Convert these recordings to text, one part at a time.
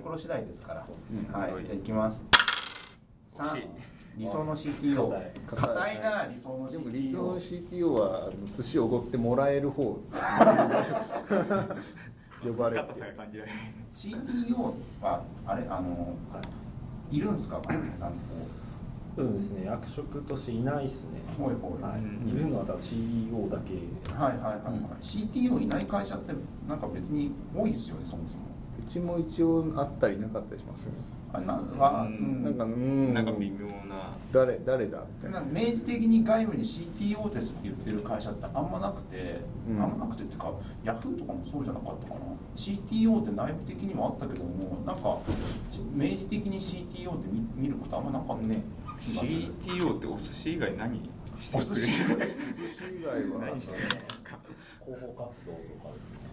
ろ次第ですから。すはい、じゃあ行きます。惜し三い、理想の CTO 硬い。硬いな、理想のでも理想の CTO。 CTO はあの寿司をおごってもらえる方呼ばれて硬さが感じられない CTO はあれあのいるんすか、マネさんとこ。うんですね、役職としていないですね。ほいほいはうんい、いるのは多分 CEO だけ。はいはいはい、はい、CTO いない会社ってなんか別に多いっすよねそもそもうちも一応あったりなかったりしますよねあれなんは、ううんん、なんかうーんなんか微妙な誰誰だみたいななんか明示的に外部に CTO ですって言ってる会社ってあんまなくて、うんあんまなくてっていうかヤフーとかもそうじゃなかったかな CTO って内部的にはあったけどもなんか明示的に CTO って見見ることあんまなかったね気がする CTO ってお寿司以外何してお寿くれ司る以外は何してくれるんですか広報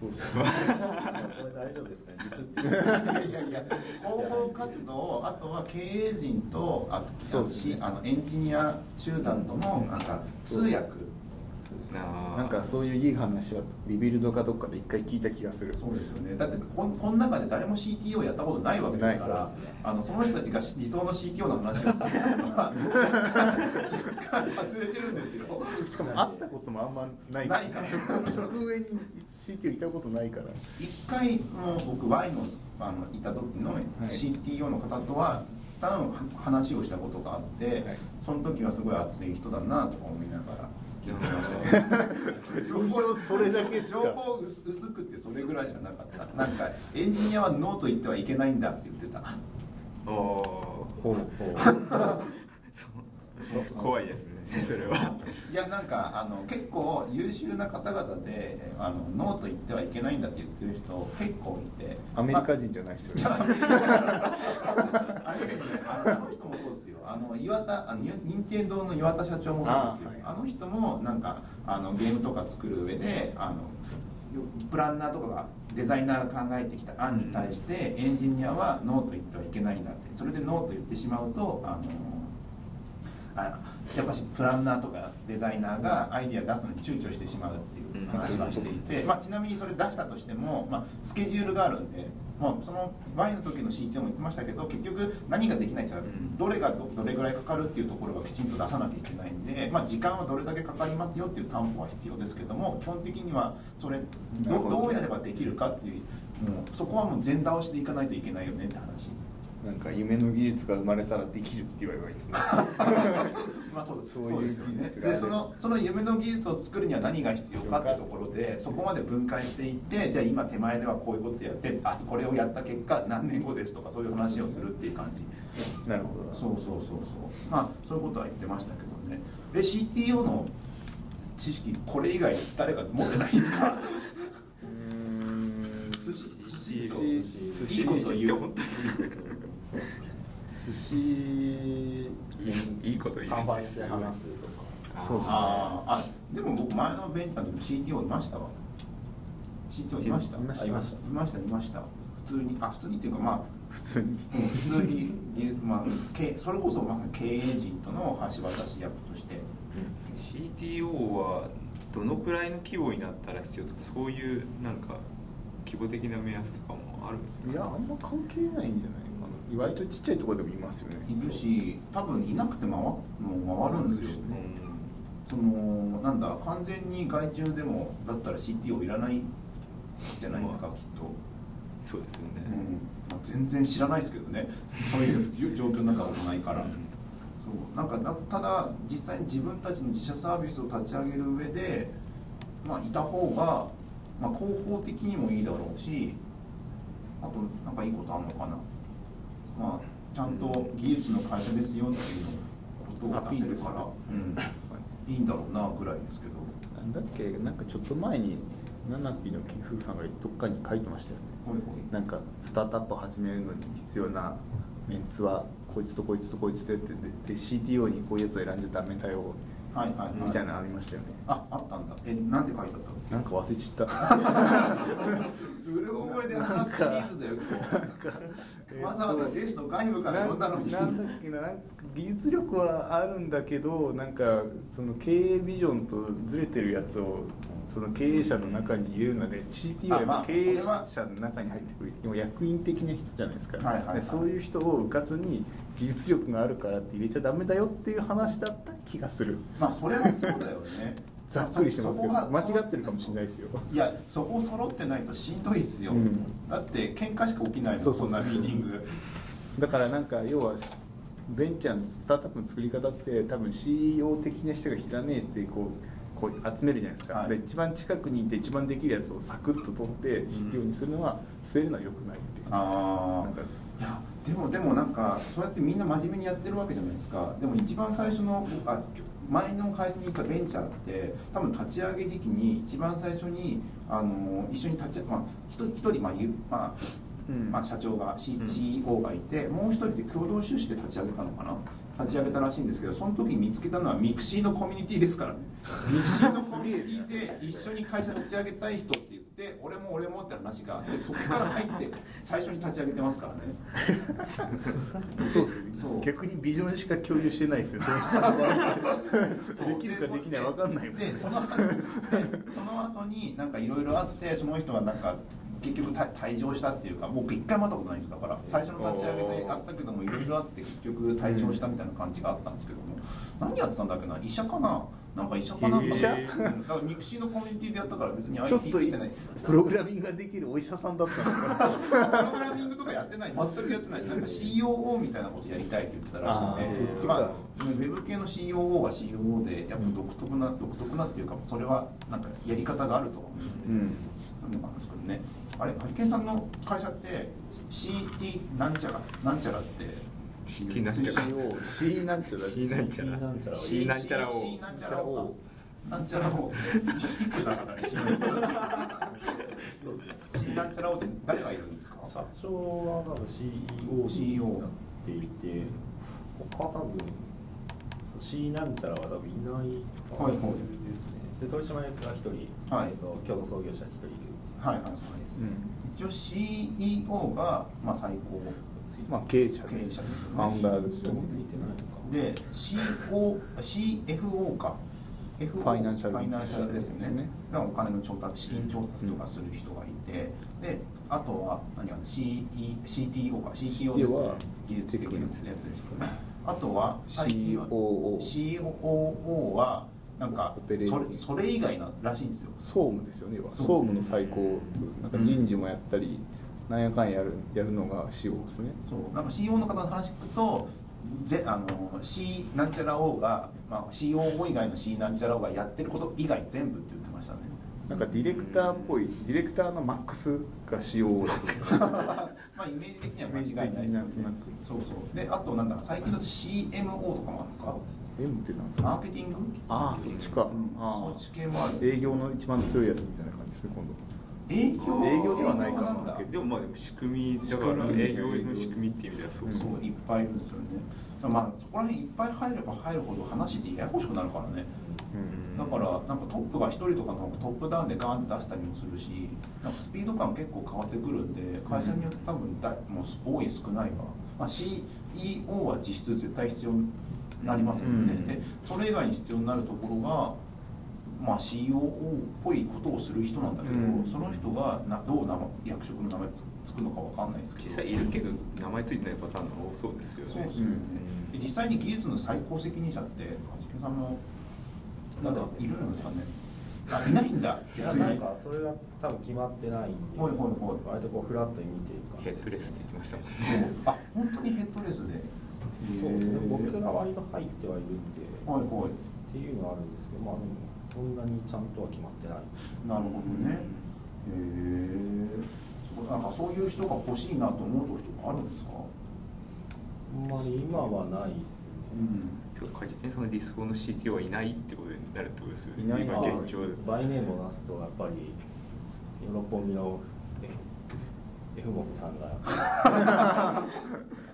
活動とかですね。そうそ こうれ大丈夫ですかね。ディスっていう。いやいや広報活動あとは経営陣とあとそうですねあのエンジニア集団とのなんか通訳ななんかそういういい話はリビルドかどっかで一回聞いた気がするそうですよねだってこんこの中で誰も CTO やったことないわけですからないそうですねあのその人たちが理想の CTO の話をするのは若干忘れてるんですよしかも会ったこともあんまないないから職上に CTO いたことないから一回もう僕 Y のあのいた時の CTO の方とは一旦話をしたことがあって、その時はすごい熱い人だなとか思いながら聞いてましたけど 情印報象それだけです情か報薄薄くてそれぐらいしかなかったなんかエンジニアはノーと言ってはいけないんだって言ってたあーほうほうそう怖いですねそれはいやなんかあの結構優秀な方々であのノーと言ってはいけないんだって言ってる人結構いてアメリカ人じゃないですよねあれですねあの人もそうですよ。あの岩田あの任天堂の岩田社長もそうですよ。あ,、の人もなんかあのゲームとか作る上であのよプランナーとかがデザイナーが考えてきた案に対して、エンジニアはノーと言ってはいけないんだって。それでノーと言ってしまうとあの。あやっぱしプランナーとかデザイナーがアイディア出すのに躊躇してしまうっていう話はしていて、まあ、ちなみにそれ出したとしても、まあ、スケジュールがあるんで、まあ、その前の時の CTO も言ってましたけど結局何ができないっていうのはうんどれがどどれぐらいかかるっていうところはきちんと出さなきゃいけないんで、まあ、時間はどれだけかかりますよっていう担保は必要ですけども基本的にはそれなるどほどどうやればできるかっていうもうそこはもう前倒しでいかないといけないよねって話。なんか夢の技術が生まれたらできるって言わればいいですねまあそうですそういうそうですよね技術があでるそのその夢の技術を作るには何が必要かってところでそこまで分解していってじゃあ今手前ではこういうことやってあこれをやった結果何年後ですとかそういう話をするっていう感じなるほどそうそうそうそうまあそういうことは言ってましたけどねで CTO の知識これ以外誰か持ってないんですかうーん寿司寿司と寿司いいこと言う本当に寿司いいいこと言うカンファレンスで話すとか。そうです ねあーあでも僕前のベンチャーでも CTO いましたわ CTO いましたいましたあいましたいましたいました普通にあ普通にっていうかまあ普通にうん普通に、りまあ、けそれこそまあ経営陣との橋渡し役として、 CTO はどのくらいの規模になったら必要とかそういうなんか規模的な目安とかもあるんですかいやあんま関係ないんじゃないかな意外とちっちゃいところでもいますよねいるし多分いなくて回もう回るんですようんそのなんだ完全に外注でもだったら CTO いらないじゃないですか、きっと、そうですよね、まあ、全然知らないですけどねそういう状況になったことないから。そうなんかなただ実際に自分たちの自社サービスを立ち上げる上で、まあ、いた方が、まあ、広報的にもいいだろうしあとなんかいいことあんのかな、まあ、ちゃんと技術の会社ですよっていうのをことを出せるから、うん、いいんだろうなぐらいですけどなんだっけなんかちょっと前にナナピのキンスさんがどっかに書いてましたよねほいほいなんかスタートアップを始めるのに必要なメンツはこいつとこいつとこいつでってでで CTO にこういうやつを選んじゃダメだよはいはいはいみたいなのありましたよねああったんだえなんて書いてあったのなんか忘れちゃったうる覚えで話すシリーズだよ今日わざわざゲスト外部から呼んだのにななんだっけななんか技術力はあるんだけどなんかその経営ビジョンとずれてるやつをその経営者の中に入れるので CTO はやっあまぱあ経営それは者の中に入ってくるでも役員的な人じゃないですか、はいはいはいでそういう人をうかつに技術力があるからって入れちゃダメだよっていう話だった気がするまあそれはそうだよね ざっくりしてますけどそこが間違ってるかもしれないですよいやそこ揃ってないとしんどいっすよ、うんだって喧嘩しか起きないもんそうそうこんなミーティン グだからなんか要はベンチャーのスタートアップの作り方って多分 CEO 的な人がひらめいてこうこう集めるじゃないですか、はいで一番近くにいて一番できるやつをサクッと取って CTO にするのは据えるのは良くないっていう、あなんかあいやでもでもなんかそうやってみんな真面目にやってるわけじゃないですかでも一番最初のあ前の会社にいたベンチャーって多分立ち上げ時期に一番最初にあの一緒に立ちまあ一人一人まあ、ゆまあうんまあ、社長が、C うん CEO がいてもう一人で共同出資で立ち上げたのかな立ち上げたらしいんですけどその時に見つけたのはミクシーのコミュニティですからねミクシーのコミュニティで一緒に会社立ち上げたい人って言って俺も俺もって話があってそこから入って最初に立ち上げてますからねそうですねそう逆にビジョンしか共有してないですよその人 できるかできないわかんないもんでその後でその後になんかいろいろあってその人はなんか結局た退場したっていうか僕一回も会ったことないんですだから最初の立ち上げであったけどもいろいろあって結局退場したみたいな感じがあったんですけども何やってたんだっけな医者かななんか医者かなんか医者うんだからミクシーのコミュニティでやったから別に IT ちょっとついてないプログラミングができるお医者さんだったんですかプログラミングとかやってない全くやってないなんか COO みたいなことやりたいって言ってたらしいあんーでそっちかまあ、ウェブ系の COO は COO でやっぱ独特な、独特なっていうかそれはなんかやり方があると思うんで、うんそういうのがあるんですけどねあれハリケンさんの会社って CT なんちゃらなんちゃらって CT なんちゃら C なんちゃら C なんちゃらなんちゃらを C なんちゃらを C なんちゃらをなんちゃらを1個だからね C そうですねなんちゃらをって誰がいるんですか社長は多分 CEO CEO になっていて他多分そう C なんちゃらは多分いないはいですねで取締役が一人、はいえっと共同創業者一人いるはいはいはいうん一応 CEO が、まあ、最高まあ経営者経営者ですよねファウンダーですよねついてないのかで CO CFO か FO ファイナンシャルファイナンシャルですよですねねがお金の調達資金調達とかする人がいて、であとは何かな CE CTO か CTO です、ねは、技術的なやつですよねあとは最近は COO COO はなんかオペレーティそンれグそれ以外ならしいんですよ総務ですよね要はそう総務の最高なんか人事もやったり、なんやかんやるやるのが CO ですねそうなんか CEO の方の話聞くとぜあの C なんちゃら O が、まあ、COO 以外の C なんちゃら O がやってること以外全部って言ってましたねなんかディレクターっぽいディレクターのマックスが CO だと まあイメージ的には間違いないですよイメージね的になんとなくそうそうであとなんだ最近だと CMO とかもあるのかそうですね M ってなんですマかーケティングああそっちか、うんあそっち系もあある営業の一番強いやつみたいな感じですね今度営業営業ではないかんだマーケティングでもまあでも仕組みだから仕組み営業の仕組みっていう意味ではそうそそうういっぱいいるんですよねだからまあそこら辺いっぱい入れば入るほど話ってややこしくなるからねうんだからなんかトップが1人とかの方がトップダウンでガーンって出したりもするしなんかスピード感結構変わってくるんで会社によって多分だもう多い少ないが、まあ、CEO は実質絶対必要になりますよね、うんでそれ以外に必要になるところが、まあ、COO っぽいことをする人なんだけど、うんその人がなどう名前役職の名前つつくのかわかんないですけど実際いるけど名前ついてないパターンの方が多そうですよそうねですよね、うんで実際に技術の最高責任者って橋木さんもなんかいるんですかねあいないんだいやなんかそれが多分決まってないんで、はいはいはい割とこうフラットに見ていく感ヘじですッドレスって言ってましたも あんね本当にヘッドレスでそうですへねー僕が割と入ってはいるんで、はいはいっていうのはあるんですけどまあでもそんなにちゃんとは決まってないなるほどねへえそうなんかそういう人が欲しいなと思う時とかあるんですかあんまり今はないですね、んてか梶谷さんの理想の CTO はいないってことになるってことですよねいない今まあ現状でバイネームを出すとやっぱりヨーロッパ組の F 本さ んがやっぱ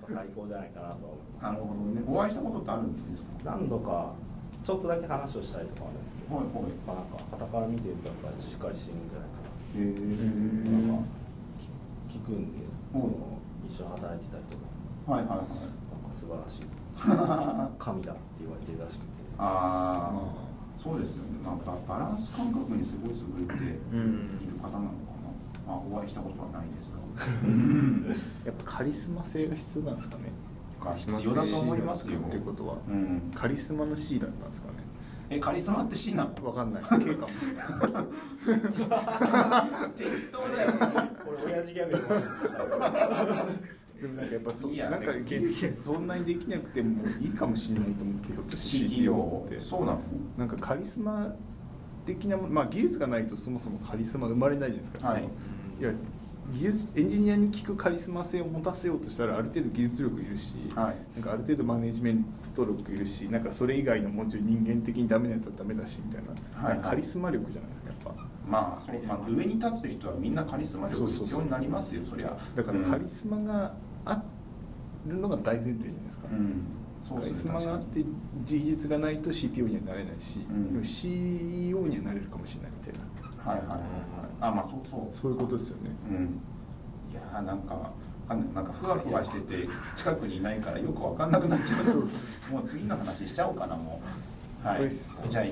最高じゃないかなとは思なるほどねお会いしたことってあるんですうか何度かちょっとだけ話をしたりとかはあるんですけど、はいはいまあなんか傍から見てるとやっぱりしっかりしてるんじゃへえないかななんか聞くんで、そのう一緒に働いてた人がはいはいはいなんか素晴らしい神だって言われてるらしくてああそうですよね、まあ、ババランス感覚にすごい優れているうん方なのかな、まあ、お会いしたことはないですやっぱカリスマ性が必要なんですかねがが必要だと思いますよってことはうん、カリスマの C だったんですかねえカリスマって C なのわかんない K かも適当だよ これ親父ギャグでもなんかやっぱそいいやなんか別そんなにできなくてもいいかもしれないと思ってひょっとして CTO ってそうなのなんかカリスマ的なものまあ技術がないとそもそもカリスマ生まれないじゃないですか、はいそのいや技術エンジニアに効くカリスマ性を持たせようとしたらある程度技術力いるし、はいなんかある程度マネジメント力いるしなんかそれ以外のもうちょい人間的にダメなやつはダメだしみたいな,、はいはいカリスマ力じゃないですかやっぱまあそう、まあ、上に立つ人はみんなカリスマ力必要になりますよそりゃだからカリマスマがあるのが大前提じゃないですか、うん、うんそうカでリすスねマ確があかっにて技術がないと CTO にはなれないし、うんでも CEO にはなれるかもしれないみたいなはいはいはいはいあまあそうそうそういうことですよねうんいやーなんかわかんないなんかふわふわしてて近くにいないからよくわかんなくなっちゃうもう次の話しちゃおうかなもうはいおいっすじゃあ一